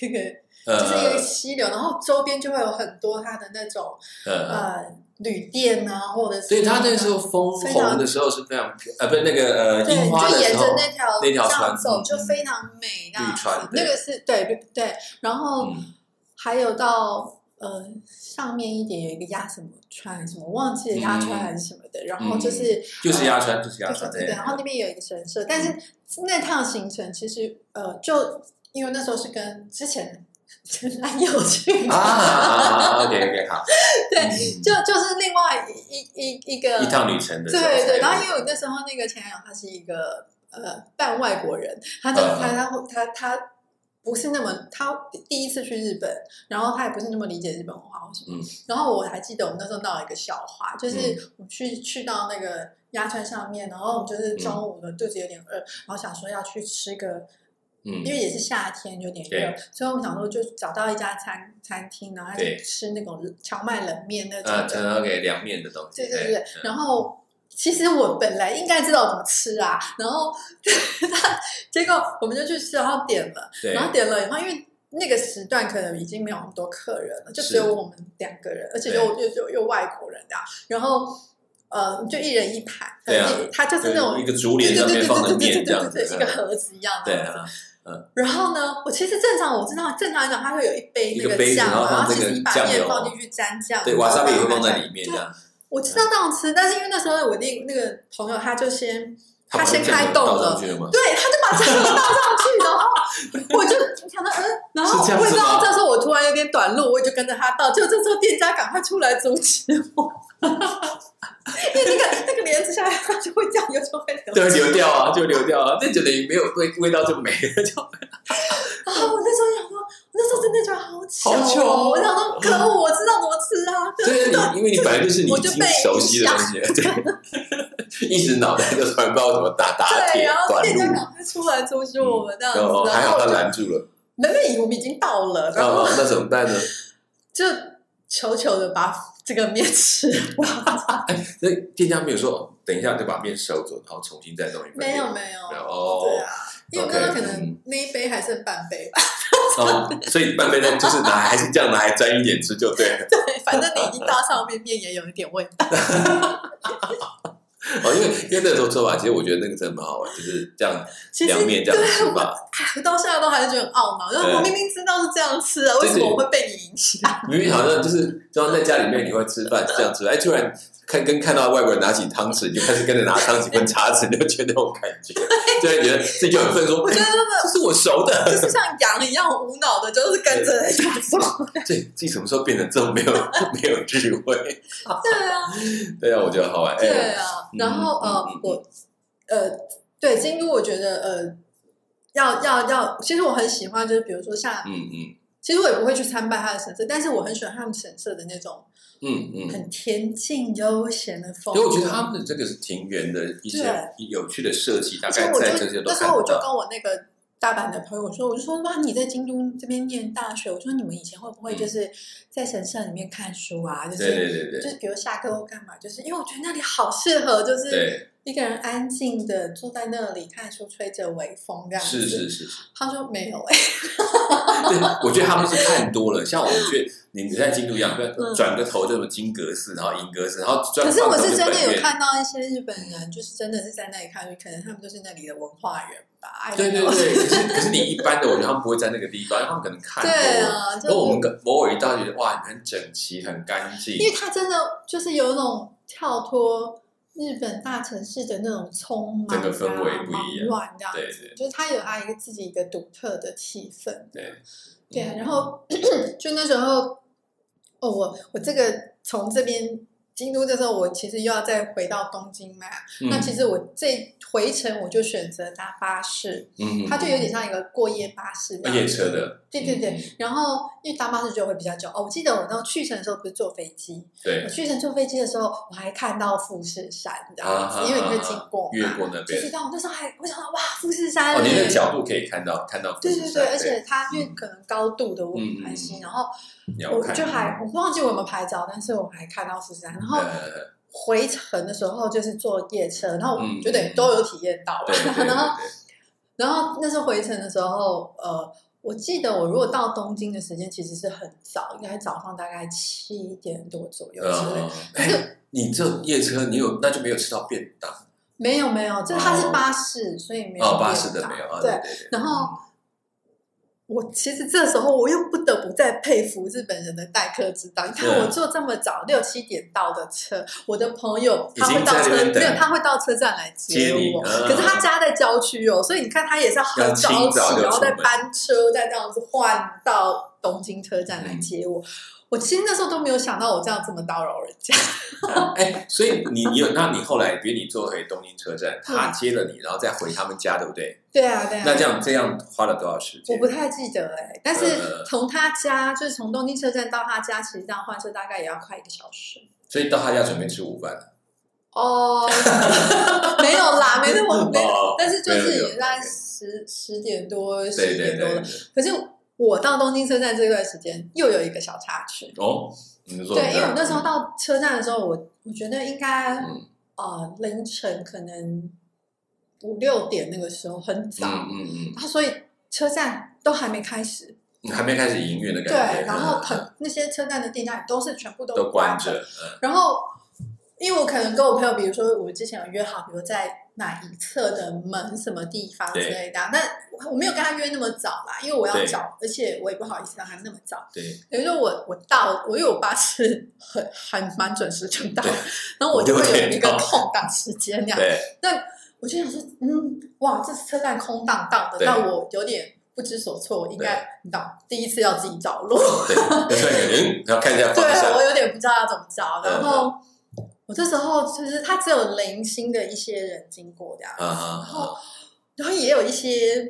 B: 那个就是一
A: 呃
B: 个溪流，然后周边就会有很多它的那种
A: 呃，
B: 呃旅店啊，或者是
A: 所以它那时候枫
B: 非常
A: 红的时候是非常呃，不是那个呃
B: 对，
A: 樱花
B: 就
A: 的
B: 沿
A: 时候
B: 着，那条
A: 那条
B: 这样
A: 船
B: 走，就
A: 嗯
B: 非常美那样子
A: 船对
B: 那个是对对对，然后
A: 嗯
B: 还有到呃上面一点有一个鸭什么川什么忘记了鸭川还是什么的，然后就是
A: 就是鸭川，就是嗯鸭
B: 对对
A: 川，嗯
B: 对，然后那边有一个神社，但是那趟行程其实呃就因为那时候是跟之前 *laughs* 前男友
A: 啊
B: 去的，
A: 啊，OK OK 好，
B: 对
A: 嗯，
B: 就就是另外一一一一个
A: 一趟旅程的时候，
B: 对对，然后因为我那时候那个前男友他是一个呃半外国人，他就
A: 嗯
B: 他他他他不是那么他第一次去日本，然后他也不是那么理解日本文化或什么。
A: 嗯
B: 然后我还记得我们那时候闹了一个笑话，就是我们去去到那个鸭川上面，然后我们就是中午的肚子有点饿，然后想说要去吃个
A: 嗯
B: 因为也是夏天，有点热
A: 对，
B: 所以我们想说就找到一家餐餐厅，然后就
A: 对
B: 吃那种荞麦冷面那种
A: 呃
B: 的。
A: ，OK 凉面的东西，
B: 对对对
A: 哎，
B: 然后。其实我本来应该知道怎么吃啊，然后他结果我们就去吃，然后点了，
A: 对
B: 然后点了以后，因为那个时段可能已经没有那么多客人了，就只有
A: 是
B: 我们两个人，而且
A: 对
B: 又又又又外国人这样，然后呃，就一人一盘，
A: 对啊
B: 呃他就是
A: 对
B: 那种
A: 一个竹
B: 对
A: 帘上
B: 对对
A: 面
B: 对
A: 放的
B: 对
A: 面
B: 对对
A: 这样
B: 对
A: 子
B: 对，，一个盒子一样
A: 对
B: 的。
A: 啊，
B: 然后呢，我其实正常我知道正常来讲，它会有一杯那
A: 一个杯子
B: 酱嘛，
A: 然后
B: 然
A: 放这
B: 后其
A: 个
B: 实你把
A: 酱
B: 面
A: 油
B: 放进去沾酱，
A: 对，瓦萨比也会放在
B: 里。
A: 里面这样，
B: 我知
A: 嗯
B: 道这样吃，但是因为那时候我那那个朋友他就先他
A: 把
B: 先
A: 酱油
B: 开动
A: 倒
B: 了
A: 上去了吗？
B: 对，他就把酱油倒上去，然后我就想到，嗯，然后
A: 是这样
B: 我也
A: 子
B: 不知道
A: 吗
B: 这时候我突然有点短路，我也就跟着他倒，就这时候店家赶快出来阻止我，因为那个那个帘子下来，它就会酱油就会流。
A: 对，流掉啊，就流掉啊，那就等于没有味味道就没了，就
B: 然后我那时候想说，我那时候真的觉得好巧、
A: 好糗哦
B: 我想说，可恶，我知道怎么吃
A: *laughs*
B: 啊，
A: 所以你因为你本来就是你
B: 我
A: 已
B: 就
A: 经
B: 被
A: 熟悉的东西，对， *laughs* 一时脑袋就突然不知道怎么打打
B: 对，
A: 铁
B: 然后
A: 短
B: 店家
A: 路，
B: 赶快出来阻止我们这样子，
A: 哦，还
B: 然
A: 好
B: 后
A: 他
B: 我就
A: 拦住了，
B: 没没，我们已经到了，然后
A: 哦，那怎么办呢？
B: 就悄悄的把这个面吃完。
A: 那店家没有说哦等一下就把面收走，然后重新再弄一份，
B: *laughs* 没有，没有，
A: 没有哦
B: 对啊，因为我
A: OK，
B: 刚刚可能
A: 嗯
B: 那一杯还剩半杯吧，
A: 哦，所以半杯蛋就是拿还是这样拿，还沾一点吃就对了。
B: 对，反正你已经到上面面也有一点味道。
A: 哦，因为因为那个时候做法，其实我觉得那个真的蛮好玩，就是这样
B: 其实
A: 两面这样吃
B: 对我
A: 法。
B: 哎我到现在都还是觉得很懊恼，就是
A: 对
B: 我明明知道是这样吃啊，为什么我会被你影响？
A: 明明好像就是，就像在家里面你会吃饭是这样吃，哎，突然看跟看到外国人拿起汤匙，你就开始跟着拿汤匙跟叉子，你就觉得那种感觉，就会觉得自己很愤怒，
B: *laughs* 我觉得真的
A: 哎这是我熟的，
B: 就是像羊一样无脑的，就是跟着人家走。
A: 这自己什么时候变得这么没有没有智慧？
B: *laughs* 对啊，
A: 对啊，我觉得好玩。
B: 对
A: 哎，
B: 啊
A: 嗯。
B: 然后
A: 嗯
B: 呃
A: 嗯，
B: 我呃，对京都，我觉得呃，要要要，其实我很喜欢，就是比如说像，
A: 嗯嗯
B: 其实我也不会去参拜他的神社，但是我很喜欢他们神社的那种
A: 嗯嗯，
B: 很恬静悠闲的风
A: 因为
B: 格。
A: 我觉得他们的这个是庭园的一些有趣的设计，大
B: 而且
A: 概
B: 我
A: 在这些
B: 就
A: 都
B: 那时
A: 看
B: 候我
A: 得
B: 就
A: 到。
B: 跟我那个大阪的朋友说，我就说哇，你在京都这边念大学，我说你们以前会不会就是在神社里面看书啊？
A: 嗯
B: 就
A: 对对
B: 是
A: 对对
B: 就
A: 对
B: 是比如下课或干嘛，就是因为我觉得那里好适合，就是
A: 对，
B: 一个人安静的坐在那里看书，吹着微风这样子。
A: 是是是是。
B: 他说没有哎、
A: 对，我觉得他们是看多了，像我们去，你们在京都一样，就
B: 嗯
A: 转个头就什么金格寺，然后银格寺，然后转
B: 欸可是我
A: 放
B: 是
A: 到日
B: 真的
A: 本
B: 有
A: 院
B: 看到一些日本人，就是真的是在那里看书，可能他们就是那里的文化人吧。I don't
A: 对对
B: know
A: 对，可是可是你一般的，我觉得他们不会在那个地方，因为他们可能看多
B: *laughs* 对
A: 了。
B: 啊，
A: 然后
B: 就
A: 我们跟偶尔一到，觉得哇，很整齐，很干净
B: 因。为他真的就是有一种跳脱日本大城市的那种匆忙、
A: 整
B: 啊、
A: 个氛围不一样
B: 忙乱这样子，
A: 对对
B: 就是他有他一个自己一个独特的气氛。
A: 对嗯
B: 对啊，然后就那时候，哦，我我这个从这边京都的时候，我其实又要再回到东京嘛。
A: 嗯
B: 那其实我这回程我就选择搭巴士，
A: 嗯，
B: 它就有点像一个过夜巴士这
A: 呃
B: 样
A: 夜车的，
B: 对对
A: 嗯
B: 对，然后因为搭巴士就会比较久哦。我记得我那去程的时候不是坐飞机，我
A: 对
B: 去程坐飞机的时候，我还看到富士山，你知道
A: 啊
B: 吗？因为你会经过
A: 越
B: 嘛，
A: 过那
B: 就
A: 边
B: 是，到我那时候还我想到哇，富士山
A: 哦，
B: 了
A: 你
B: 耶
A: 的！角度可以看到看到富
B: 对
A: 士
B: 对对，
A: 山
B: 而且它因为
A: 嗯
B: 可能高度的我
A: 嗯嗯
B: 很关
A: 嗯
B: 心，然后
A: 你要
B: 我
A: 看
B: 就还我忘记我有没有拍照，但是我还看到富士山。然后
A: 呃
B: 回程的时候就是坐夜车，然后
A: 嗯
B: 我觉得都有体验到 *laughs*
A: 对对对
B: 了。然后
A: 对
B: 然后那时候回程的时候，呃，我记得我如果到东京的时间其实是很早，应该早上大概七点多左右之类的。
A: 呃，哎，你这夜车你有那就没有吃到便当
B: 没有没有，这它是巴士，所以没有
A: 哦，巴
B: 夜
A: 士的
B: 搭
A: 没有啊，
B: 对，
A: 对对，
B: 然后我其实这时候我又不得不再佩服日本人的待客之道。你看，
A: 对
B: 我坐这么早六七点到的车，我的朋友
A: 已
B: 他会
A: 经在
B: 到
A: 那
B: 车
A: 边等
B: 没有，他会到车站来接
A: 接你
B: 我。
A: 嗯
B: 可是他家在郊区哦，所以你看他也是很早
A: 要清
B: 起，
A: 早就出门
B: 然后再班车，再这样子换到东京车站
A: 嗯
B: 来接我。我其实那时候都没有想到我这样这么叨扰人家，
A: 嗯哎，所以你你有，那你后来比如你坐回东京车站，他接了你，然后再回他们家，对不对？
B: 对啊，嗯对啊。
A: 那这样这样花了多少时
B: 我
A: 间
B: 不？太记得哎、但是
A: 呃
B: 从他家，就是从东京车站到他家，其实这样换车大概也要快一个小时。
A: 所以到他家准备吃午饭了，
B: 哦， *laughs* 没有啦，没那
A: *laughs*
B: 么没，
A: 哦
B: 但是就
A: 没有没有
B: 是也在
A: ，OK
B: 十十点多、
A: 对
B: 十
A: 对
B: 点多
A: 对，
B: 了。
A: 对
B: 可是我到东京车站这段时间又有一个小插曲，
A: 哦，你说
B: 对，因为我那时候到车站的时候，我我觉得应该
A: 嗯
B: 呃凌晨可能五六点那个时候很早，
A: 嗯
B: 然
A: 嗯嗯
B: 后所以车站都还没开始，
A: 嗯，还没开始营运的
B: 对，
A: 感觉，
B: 然后
A: 嗯
B: 很那些车站的店家也都是全部都
A: 都
B: 关
A: 关
B: 着
A: 着，。嗯
B: 然后，因为我可能跟我朋友，比如说我之前有约好，比如在哪一侧的门什么地方之类的啊，但我没有跟他约那么早啦，因为我要
A: 对
B: 找，而且我也不好意思让他那么早。
A: 对，
B: 等于说我我到，我因为我巴士很还蛮准时就到
A: 对，
B: 然后我就会有一个
A: 我就会到
B: 空档时间那样。 *laughs*
A: 对，
B: 我就想说，嗯，哇，这车站空荡荡的，
A: 对
B: 那我有点不知所措，我应该你知道，第一次要自己找路。
A: 对，那突然感觉，嗯然后看一下
B: 对
A: 方，向，
B: 我有点不知道要怎么找。
A: 嗯
B: 然后我这时候就是他只有零星的一些人经过这样，
A: 啊啊
B: 然
A: 啊
B: 后然后也有一些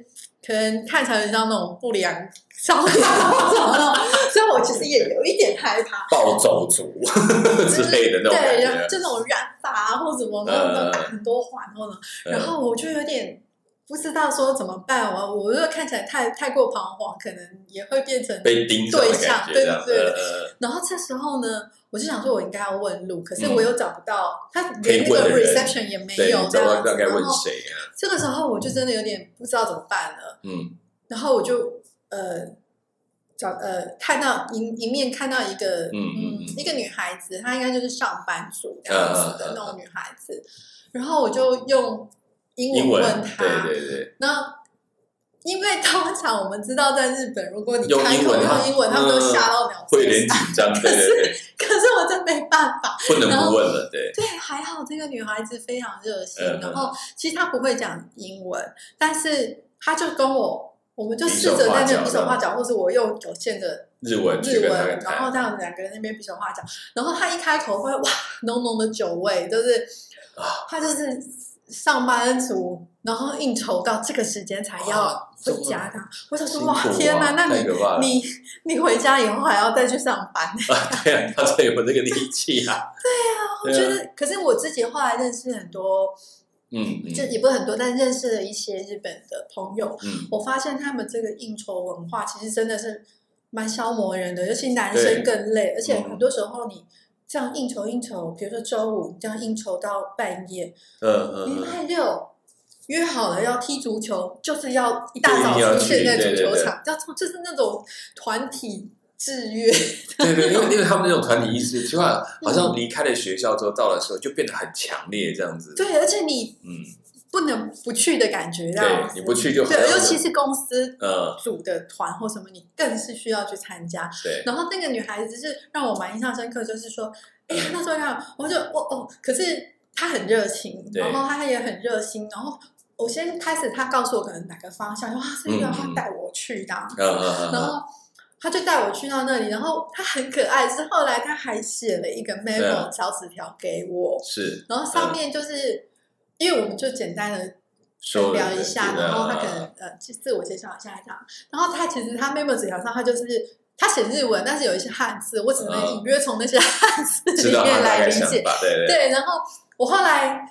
B: 可能看起来很像那种不良少年什么的，所以我其实也有一点害怕。
A: 暴走族 *laughs* 之类的那种
B: 对，然后
A: 感觉，
B: 这种染发啊或者什么，
A: 嗯
B: 然后打很多环，然后呢，然后我就有点。不知道说怎么办，我我如果看起来太太过彷徨，可能也会变成
A: 嗯被盯上的
B: 对象
A: 感觉，这样
B: 对对对
A: 呃
B: 然后这时候呢，我就想说，我应该要问路，可是
A: 嗯
B: 我又找不到，他
A: 可以
B: 连那
A: 问的
B: 个
A: 人
B: reception 也没
A: 对，
B: 有
A: 你知
B: 这
A: 道
B: 样
A: 大
B: 子。
A: 概
B: 然
A: 问
B: 后
A: 谁啊？
B: 这个时候我就真的有点不知道怎么办了，
A: 嗯，
B: 然后我就呃，找呃看到迎迎面看到一个
A: 嗯嗯嗯
B: 一个女孩子，她应该就是上班族这样子
A: 嗯嗯
B: 的
A: 嗯
B: 那种女孩子，然后我就用英
A: 英文
B: 文问她，
A: 对对对，
B: 那因为通常我们知道，在日本，如果你
A: 用
B: 开
A: 英
B: 口
A: 文
B: 用
A: 啊
B: 英文，他们都
A: 嗯
B: 吓到鸟
A: 会有
B: 飞
A: 点紧张，
B: *laughs*
A: 对对对，
B: 可是我真没办法。
A: 不能不问了，对，
B: 对，还好这个女孩子非常热心，
A: 嗯嗯
B: 然后其实她不会讲英文，但是她就跟我，我们就
A: 比
B: 试
A: 手
B: 着
A: 画
B: 在那
A: 脚
B: 比手画脚，或是我用有限的
A: 日文去
B: 日
A: 跟他
B: 文，
A: 们
B: 然后
A: 谈
B: 这样子两个人那边比手画脚，然后她一开口会哇，浓浓的酒味，就是
A: 啊，
B: 她就是上班族，然后应酬到这个时间才
A: 哇
B: 要回
A: 啊这么
B: 家的，我想
A: 辛
B: 说
A: 苦
B: 哇，
A: 啊
B: 天哪，那
A: 太
B: 你
A: 可怕了，
B: 你你回家以后还要再去上班，
A: *laughs* 对啊，他才有这个力气
B: *laughs*
A: 啊，
B: 我
A: 对啊，
B: 觉得，可是我自己后来认识很多，
A: 嗯
B: 就
A: 嗯
B: 也不是很多，但认识了一些日本的朋友，
A: 嗯，
B: 我发现他们这个应酬文化其实真的是蛮消磨人的，尤其男
A: 对嗯
B: 生更累，而且很多时候你这样应酬应酬，比如说周五你这样应酬到半夜，
A: 嗯嗯
B: 礼 *laughs*
A: 嗯，
B: 拜六。约好了要踢足球，就是要一大早
A: 就一定要
B: 出现
A: 去
B: 在足
A: 对对
B: 球
A: 对
B: 场，要从就是那种团体制约， *laughs*
A: 对对，因为因为他们那种团体意识，起码好像离开了学校之后，到了时候就变得很强烈这样子，
B: 对，而且你
A: 嗯，
B: 不能不去的感觉，这样
A: 对你
B: 子
A: 不去就很
B: 对，尤其是公司
A: 呃，
B: 组的团或什么，你更是需要去参加。
A: 对，
B: 然后那个女孩子是让我蛮印象深刻，就是说，哎呀，那时候让我就哦哦，可是她很热情，
A: 对
B: 然后她也很热心，然后我先开始她告诉我可能哪个方向，说哇，这个
A: 嗯
B: 她
A: 嗯
B: 带我去的啊，
A: 嗯嗯嗯
B: 然
A: 嗯，
B: 后。她就带我去到那里，然后她很可爱。是后来她还写了一个
A: 啊
B: memo 小纸条给我，
A: 是
B: 然后上面就是，因为我们就简单的
A: 说
B: 聊一下，然后他可能
A: 嗯
B: 呃自自我介绍一下这样，然后他其实他 memo 纸条上他就是他写日文，但是有一些汉字，我只能
A: 嗯
B: 隐约从那些汉字里
A: 知道他
B: 面
A: 大
B: 来
A: 概
B: 理
A: 想
B: 解。
A: 法，对对，
B: 对，然后我后来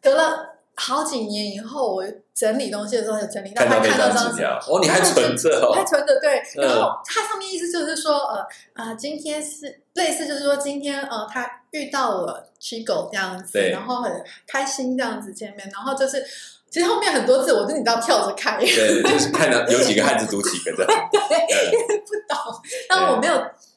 B: 隔了好几年以后，我整理东西的时候有整理到，
A: 看
B: 他
A: 到那
B: 看到
A: 张
B: 张
A: 纸条，哦，你还存着
B: 我还
A: 哦，
B: 存着对，
A: 嗯
B: 然后它上面意思就是说，呃呃，今天是类似就是说今天呃，他遇到了 Chigo 这样子，
A: 对
B: 然后很开心这样子见面，然后就是其实后面很多字我都你知道跳着 *laughs* 看，因
A: 对，就是看到有几个汉字读几个这
B: *laughs*
A: 样，对
B: 为不懂，但我没有。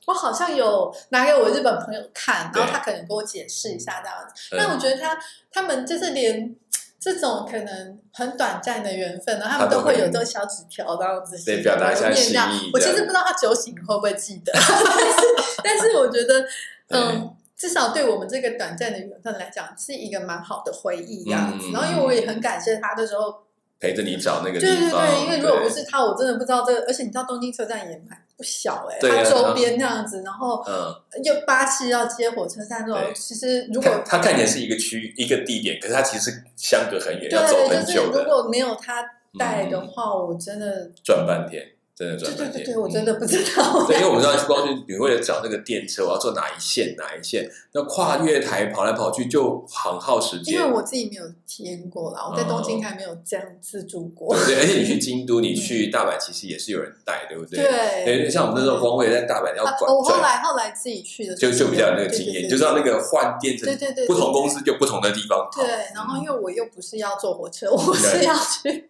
B: 我好像有拿给我日本朋友看，然后
A: 对
B: 他可能给我解释一下这样
A: 嗯
B: 子。但我觉得他他们就是连这种可能很短暂的缘分呢，他们
A: 他
B: 都
A: 都会
B: 会有这种小纸条这样子
A: 对
B: 写
A: 表达一下
B: 我念
A: 心
B: 这样
A: 意
B: 我其
A: 这
B: 实
A: 样
B: 不知道他酒醒会不会记得， *laughs* 但是但是我觉得，嗯，至少对我们这个短暂的缘分来讲，是一个蛮好的回忆这样子。
A: 嗯
B: 然后因为我也很感谢他的时候，
A: 陪着你找那个
B: 对
A: 地
B: 对
A: 方，
B: 对，因为如果不是他，我真的不知道这个。而且你知道东京车站也蛮不小哎、
A: 对啊
B: 它周边那样子，然后
A: 嗯，
B: 又巴士要接火车站这种，
A: 对
B: 其实哦如果
A: 看它看起来是一个区一个地点，可是它其实相隔很远，要走
B: 对，
A: 很
B: 就是
A: 久
B: 如
A: 的，
B: 果没有他带的
A: 嗯
B: 话，我真的
A: 转半天，真的
B: 对
A: 转
B: 对
A: 半
B: 对
A: 天，
B: 对，我真
A: 嗯
B: 的不知道。
A: 对，因为我们上次光去，你为了找那个电车，我要坐哪一线哪一线，那跨越台跑来跑去就很耗时间。
B: 因为我自己没有体验过啦，我在东京
A: 嗯
B: 还没有这样自助过
A: 对。对，而且
B: *laughs*
A: 你去京都，你去大阪，其实也是有人带，对不对？
B: 嗯对，嗯
A: 对，像我们那时候光伟在大阪要
B: 啊
A: 管
B: 我后
A: 转，
B: 来后来自己去的时
A: 就
B: 候，
A: 就比较有那个经验，你就知道那个换电车
B: 对，对对
A: 不同公司嗯就不同的地方跑。
B: 对，然后因为我又不是要坐火车，我是要去，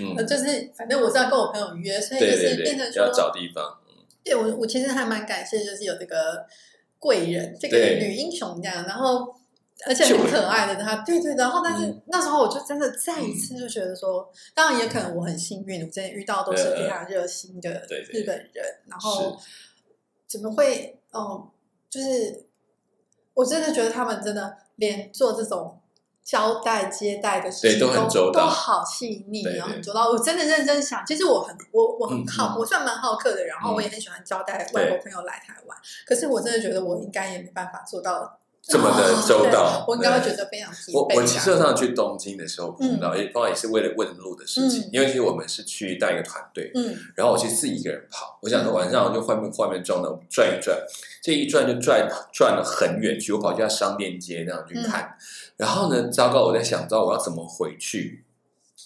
A: 嗯
B: 呃，，就是反正我是要跟我朋友约，所以就
A: 对对
B: 是变成
A: 对，要
B: 说，
A: 找地方。
B: 对我我其实还蛮感谢，就是有这个贵人，这个
A: 对
B: 女英雄这样，然后而且很可爱的她，对对，然后但是
A: 嗯
B: 那时候我就真的再一次就觉得说，当然也可能我很幸运，我真的遇到都是非常热心的
A: 呃对对
B: 日本人，然后怎么会，嗯，就是我真的觉得他们真的连做这种。交代接待的事
A: 对
B: 情
A: 都很周到
B: 都好细腻，
A: 对对
B: 然后很周到。我真的认真想，其实我很我我很
A: 嗯
B: 好，
A: 嗯
B: 我算蛮好客的，然后我也很喜欢交代外国朋友来台湾。可是我真的觉得我应该也没办法做到
A: 这么的周到
B: 对我应该会觉得非常疲惫。
A: 我我骑车上去东京的时候碰到，也当然也是为了问路的事情
B: 嗯，
A: 因为其实我们是去带一个团队，
B: 嗯
A: 然后我其实自己一个人跑，我想说晚上我就换面换面装的转一转，这一转就转转了很远去，我跑去他商店街那样去看，然后呢，糟糕，我在想到我要怎么回去。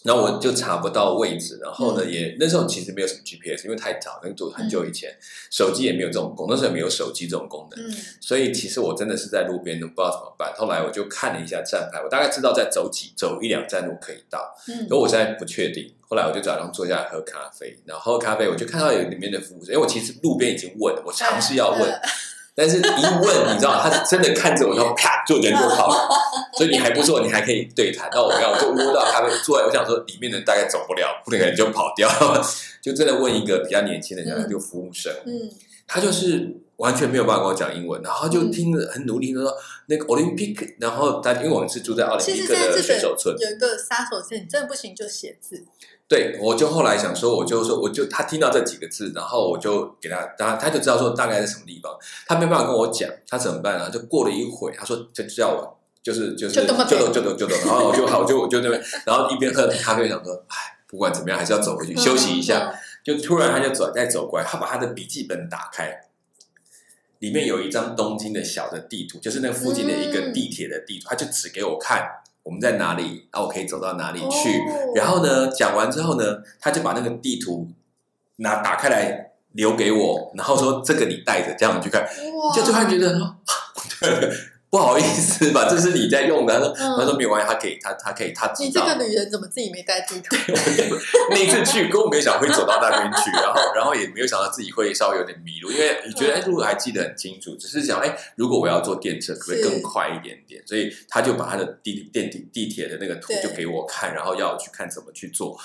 A: 然后我就查不到位置，然后呢，也那时候其实没有什么 GPS，因为太早，那个都很久以前，手机也没有这种功能，那时候也没有手机这种功能，
B: 嗯
A: 所以其实我真的是在路边都不知道怎么办。后来我就看了一下站牌，我大概知道再走几走一两站路可以到，
B: 嗯
A: 可我现在不确定。后后来我就假装坐下来喝咖啡，然后喝咖啡我就看到有里面的服务生，因为我其实路边已经问了，我尝试要
B: 嗯
A: 问，但是一问你知道，他是真的看着我，然后啪就人就跑了，所以你还不错，你还可以对谈。那我没有，我就窝到咖啡坐在，我想说里面的大概走不了，那个人就跑掉， *laughs* 就真的问一个比较年轻的人，
B: 嗯
A: 就服务生，
B: 嗯，
A: 他就是完全没有办法跟我讲英文，然后就听着很努力的说那个 Olympic，然后他因为我们是住在奥林
B: 其
A: 匹
B: 实
A: 克
B: 现在
A: 的
B: 日
A: 选
B: 本
A: 手村，
B: 有一个杀手锏，你真的不行就写字，
A: 对，我就后来想说，我就说，我就他听到这几个字，然后我就给他，他他就知道说大概在什么地方，他没办法跟我讲，他怎么办啊？就过了一会，他说就叫我，就是就是
B: 就这么
A: 就
B: 背
A: 懂就懂就懂，然后我就好，我就我就那边，然后一边喝咖啡，想说，哎，不管怎么样，还是要走回去休息一下。
B: 嗯。
A: 就突然他就走再走过来，他把他的笔记本打开，里面有一张东京的小的地图，就是那附近的一个
B: 嗯
A: 地铁的地图，他就指给我看我们在哪里，然后我可以走到哪里
B: 嗯
A: 去。
B: 哦
A: 然后呢，讲完之后呢，他就把那个地图拿打开来留给我，然后说这个你带着，这样你去看。
B: 哇，
A: 就突然觉得说， *laughs* 不好意思吧，这是你在用的。他说，
B: 嗯
A: 他说没有关系，他可以，他他可以，他知
B: 你这
A: 道。
B: 个女人怎么自己没带地图？
A: 那一次去，根本没有想会走到那边去，然后然后也没有想到自己会稍微有点迷路，因为你觉得哎，路还记得很清楚，只是想哎，如果我要坐电车，可不可以
B: 是
A: 更快一点点？所以他就把他的地电地地铁的那个图
B: 对
A: 就给我看，然后要我去看怎么去做。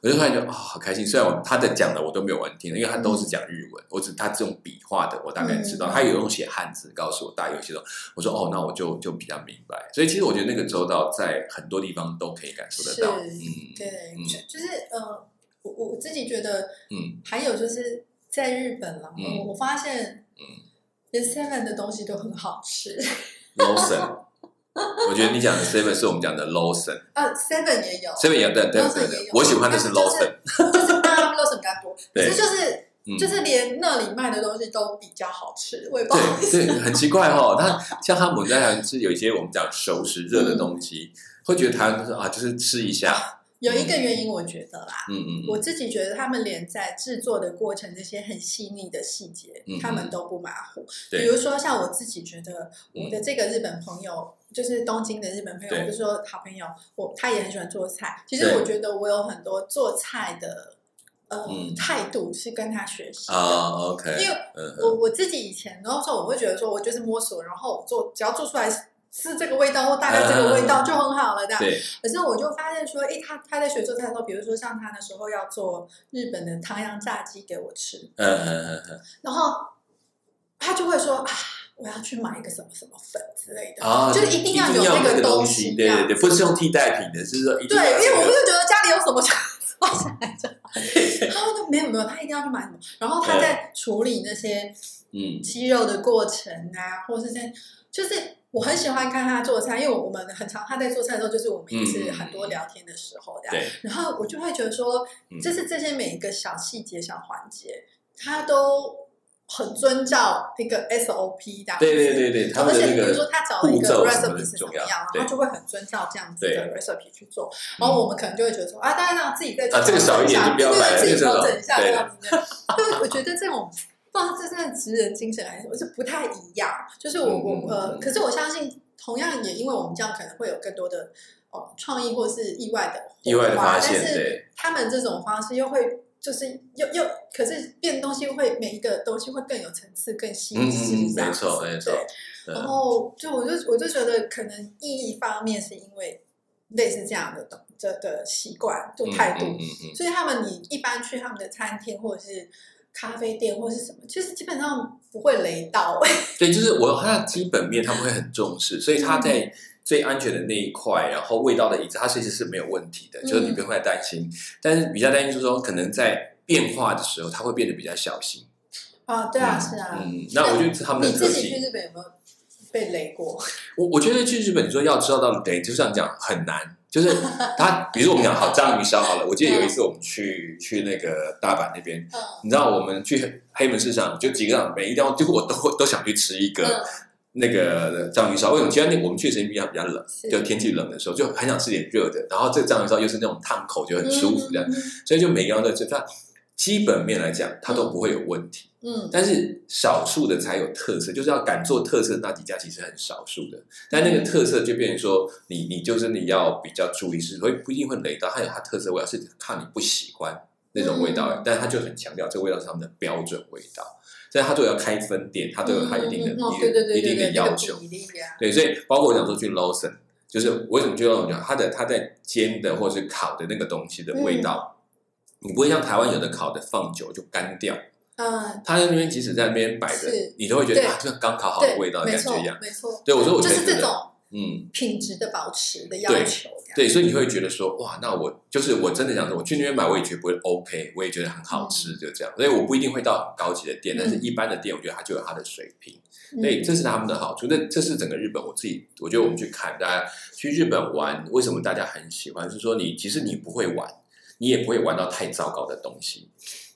A: 我就突然觉得啊、好开心！虽然我他在讲的我都没有完听，因为他都是讲日文，我只他这种笔画的我大概知道，
B: 嗯
A: 他有用写汉字告诉我，大概有些东西，我说哦，那我就就比较明白。所以其实我觉得那个周到在很多地方都可以感受得到，
B: 是
A: 嗯，
B: 对
A: 嗯，
B: 就就是呃，我我自己觉得，
A: 嗯，
B: 还有就是在日本啦，
A: 嗯
B: 我我发现，
A: 嗯
B: 连 Seven 的东西都很好吃 *laughs*
A: Lawson，我觉得你讲的 Seven 是我们讲的 Lawson，Seven
B: 啊，Seven 也有
A: 也对对对
B: Lawson 也
A: 对
B: 有，
A: 我喜欢的是
B: 但是
A: Lawson，
B: 就是大家 Lawson 比较多，可
A: 对
B: 是就是
A: 嗯
B: 哎就是连那里卖的东西都比较好吃，我也不知道为
A: 对
B: 什么。
A: 嗯对，很奇怪哦。 *laughs* 他像他们在台湾吃有一些我们讲熟食热的东西，
B: 嗯
A: 会觉得台湾就是啊，就是吃一下，
B: 有一个原因，我觉得啦，
A: 嗯嗯
B: 我
A: 嗯，
B: 自己觉得他们连在制作的过程这些很细腻的细节
A: 嗯，
B: 他们都不马虎。比
A: 对嗯
B: 如说像我自己觉得我的这个日本朋友，就是东京的日本朋友，
A: 对
B: 我就说好朋友，我他也很喜欢做菜。其
A: 对
B: 实我觉得我有很多做菜的呃、
A: 嗯
B: 态度是跟他学习的。
A: 啊，OK，
B: 因为
A: 嗯嗯
B: 我我自己以前，然后说我会觉得说，我就是摸索，然后我做，只要做出来是是这个味道或大概这个味道就很好了，这样。
A: 嗯对，
B: 可是我就发现说，诶，他他在学做菜的时候，比如说像他那时候要做日本的唐扬炸鸡给我吃，
A: 嗯嗯嗯嗯
B: 然后他就会说啊，我要去买一个什么什么粉之类
A: 嗯，
B: 的，
A: 啊，
B: 就是一定要有
A: 那
B: 那
A: 个
B: 个东
A: 西，
B: 西
A: 对对
B: 这
A: 对，
B: 样
A: 不是用替代品的，是说一定
B: 对，
A: 要有
B: 因为我
A: 这
B: 们
A: 个
B: 就觉得家里有什么想做起来就好。然后就没有没有，他一定要去买什么，然后他在处理那些
A: 嗯
B: 肌肉的过程啊，或是在就是我很喜欢看他做菜，因为我们很常他在做菜的时候，就是我们也是很多聊天的时候这
A: 嗯
B: 样。
A: 对，
B: 然后我就会觉得说
A: 嗯，
B: 就是这些每一个小细节、小环节，他都很遵照一个 SOP 的。
A: 对对对对，他们
B: 而
A: 的
B: 且
A: 那
B: 比如说
A: 个
B: 他找了一
A: 步骤
B: 个
A: 什么的
B: recipe
A: 很
B: 是怎
A: 重
B: 么
A: 要
B: 样，
A: 对
B: 然后就会很遵照这样子的 recipe 去做，
A: 嗯
B: 然后我们可能就会觉得说啊，大家让自己再
A: 啊这个少一点就不要摆了
B: 对自己调整一下
A: 这个
B: 这
A: 是
B: 样子的。对，我觉得这种。不知道这真的职人精神还是什么，是不太一样。就是我
A: 嗯嗯
B: 我呃
A: 嗯，
B: 可是我相信，同样也因为我们这样，可能会有更多的哦创意或是意外的
A: 意外的
B: 火花
A: 发现，
B: 但是
A: 对，
B: 他们这种方式又会就是又又，可是变东西会每一个东西会更有层次、更细
A: 嗯嗯
B: 致、
A: 嗯
B: 这样子
A: 没错没错嗯
B: 对然后就我就我就觉得可能意义方面是因为类似这样的东这的习惯就态度，
A: 嗯嗯嗯
B: 所以他们你一般去他们的餐厅或者是咖啡店或是什么，其实基本上不会雷到、欸。
A: 对，就是我它的基本面他们会很重视，所以
B: 嗯
A: 它在最安全的那一块，然后味道的椅子，它其实是没有问题的，就是你
B: 嗯
A: 不用太担心。但是比较担心就是说，可能在变化的时候，它会变得比较小心。
B: 啊，对啊，是啊。
A: 嗯，那我觉得是他们
B: 你
A: 的特
B: 自己去
A: 性。
B: 日本有没有被雷过？
A: 我我觉得去日本，你说要知道到雷，就像你讲很难。就是它，比如我们讲好章鱼烧好了，我记得有一次我们去去那个大阪那边，
B: 嗯
A: 你知道我们去黑门市场，就几个人每一家，结果我都都想去吃一个
B: 嗯，
A: 那个章鱼烧。为什么？其实那我们去的时间比较比较冷。
B: 嗯是
A: 就天气冷的时候，就很想吃点热的。然后这个章鱼烧又是那种烫口，就很舒服这样，
B: 嗯
A: 所以就每个人都吃。但基本面来讲，它都不会有问题。
B: 嗯
A: 但是少数的才有特色，就是要敢做特色的那几家其实很少数的，但那个特色就变成说，你你就真的要比较注意，是所以不一定会雷到，它有它特色味道，是怕你不喜欢那种味道，
B: 嗯
A: 但它就很强调这个味道是他们的标准味道，但它都要开分店，它
B: 他
A: 都有啊它一定的、
B: 哦
A: 一，
B: 对对
A: 定
B: 对
A: 一
B: 对
A: 定的
B: 对，
A: 要求，
B: 一定的啊，
A: 对，所以包括我想说去 Lawson，就是为什么去 Lawson 讲它的它在煎的或者是烤的那个东西的味
B: 嗯
A: 道，你不会像台湾有的烤的放久就干掉。
B: 嗯，
A: 他在那边即使在那边摆着
B: 是，
A: 你都会觉得
B: 对
A: 啊，就刚烤好的
B: 对，
A: 味道的
B: 没
A: 感
B: 错
A: 觉一样。
B: 没错，
A: 对，我说我
B: 就
A: 才
B: 是
A: 觉
B: 这
A: 得，
B: 种
A: 嗯，
B: 品质的保持的要
A: 对
B: 求，这样，
A: 对，所以你会觉得说，哇，那我就是我真的想说，我去那边买，我也觉得不会 OK，我也觉得很好吃，就这样。所以我不一定会到很高级的店，但是
B: 嗯
A: 一般的店，我觉得它就有它的水平。
B: 嗯
A: 所以这是他们的好处。那这是整个日本，我自己我觉得我们去看，大家去日本玩，为什么大家很喜欢？是说你其实你不会玩，你也不会玩到太糟糕的东西。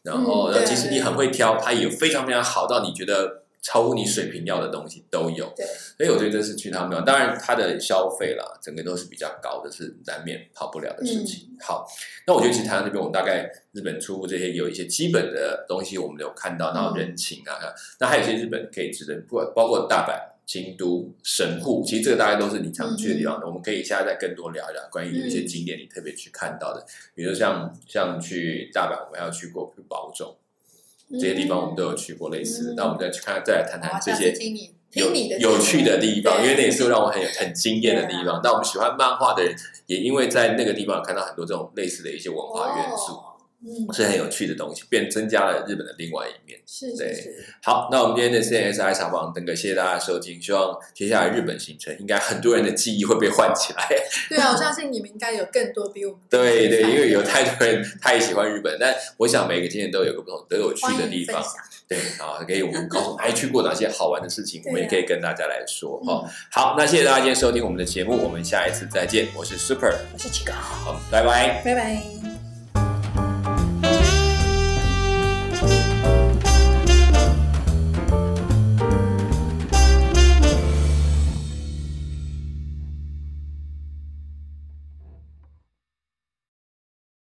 A: 然后，
B: 嗯
A: 然
B: 对
A: 后即使你很会挑，它也有非常非常好到你觉得超乎你水平要的东西都有。
B: 对，
A: 所以我觉得这是去他们那，当然它的消费啦，整个都是比较高的，是难免跑不了的事情。
B: 嗯
A: 好，那我觉得其实台湾这边，我们大概日本初步这些有一些基本的东西，我们有看到，
B: 嗯
A: 然后人情啊，那还有一些日本可以值得，不包括大阪、京都、神户，其实这个大概都是你常去的地方。
B: 嗯
A: 我们可以下次再更多聊一聊关于有一些景点你特别去看到的，比如像像去大阪，我们还有去过去宝冢这些地方，我们都有去过类似的。
B: 嗯
A: 那我们再去看，再来谈谈
B: 好
A: 这
B: 下次
A: 些
B: 听你
A: 有
B: 听你的
A: 有趣的地方，
B: 对
A: 因为那也是让我很有很惊艳的地
B: 对啊
A: 方。那我们喜欢漫画的人，也因为在那个地方有看到很多这种类似的一些文化元素，
B: 哦嗯，
A: 是很有趣的东西，便增加了日本的另外一面。
B: 是
A: 对
B: 是是，
A: 好，那我们今天的 CSI 采访，整个谢谢大家收听，希望接下来日本行程应该很多人的记忆会被唤起来。 *laughs*
B: 对啊，我相信你们应该有更多比我们
A: 对
B: *laughs*
A: 对，
B: 更
A: 因为有太多人太喜欢日本，但我想每个景点都有个不同都有趣
B: 欢
A: 的
B: 迎
A: 地
B: 分
A: 方。
B: 享
A: 对啊，可以我们告诉我们哎去过哪些好玩的事情，
B: 对啊
A: 我们也可以跟大家来说
B: 嗯
A: 哦。好，那谢谢大家今天收听我们的节目，我们下一次再见。我是 Super，
B: 我是 c h
A: 好，拜拜。
B: 拜拜。